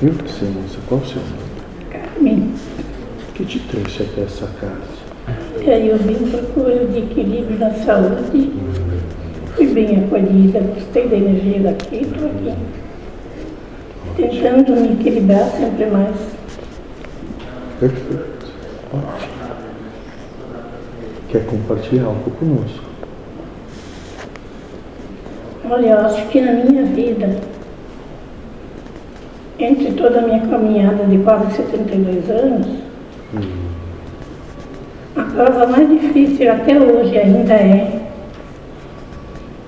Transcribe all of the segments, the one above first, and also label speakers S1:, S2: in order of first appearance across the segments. S1: Meu Deus, moça, qual o seu nome?
S2: Carmen,
S1: O que te trouxe até essa casa?
S2: é, eu vim procura de equilíbrio na saúde. Fui bem acolhida, gostei da energia daqui, estou aqui. Tentando me equilibrar sempre mais.
S1: Perfeito. Ótimo. Quer compartilhar algo conosco?
S2: Olha, eu acho que na minha vida, entre toda a minha caminhada de quase 72 anos, a prova mais difícil até hoje ainda é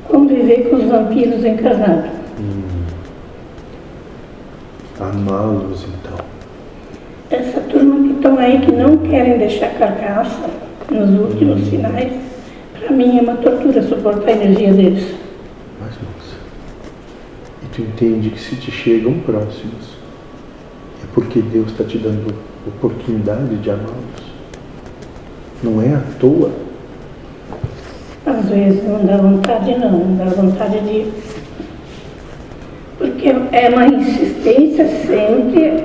S2: conviver com os vampiros encarnados.
S1: Amá-los, então.
S2: Essa turma que estão aí, que não querem deixar carcaça nos últimos finais, para mim é uma tortura suportar a energia deles.
S1: Mas, moça, e tu entende que se te chegam próximos, é porque Deus está te dando oportunidade de amá-los. Não é à toa.
S2: Às vezes não dá vontade não, não dá vontade de. Porque é uma insistência sempre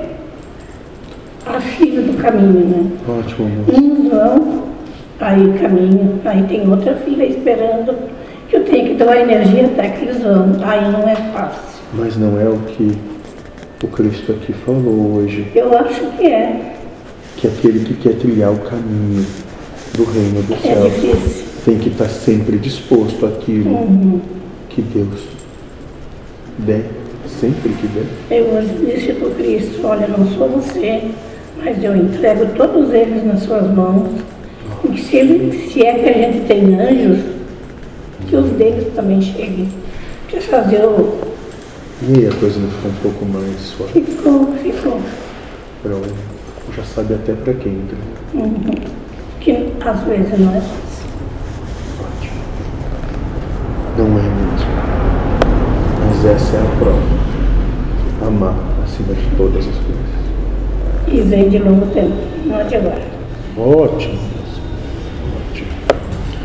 S2: a filho do caminho, né?
S1: Ótimo, moça.
S2: Uns vão, aí caminho, aí tem outra filha esperando que eu tenha que dar a energia até que eles vão. Aí não é fácil.
S1: Mas não é o que o Cristo aqui falou hoje,
S2: Eu acho que é.
S1: que aquele que quer trilhar o caminho do reino do
S2: É
S1: céu
S2: difícil.
S1: tem que estar sempre disposto àquilo
S2: Uhum.
S1: que Deus der, sempre que der.
S2: Eu hoje disse para Cristo, olha, não sou você, mas eu entrego todos eles nas suas mãos. E que se, ele- se é que a gente tem anjos, que os deles também cheguem. Porque fazer o.
S1: E aí a coisa não fica um pouco mais suave.
S2: Ficou, ficou.
S1: Pronto. Já sabe até para quem entra.
S2: Que às vezes não é fácil.
S1: Ótimo. Não é mesmo. Mas essa é a prova. Amar acima de todas as coisas.
S2: E vem de longo tempo, não é de agora.
S1: Ótimo.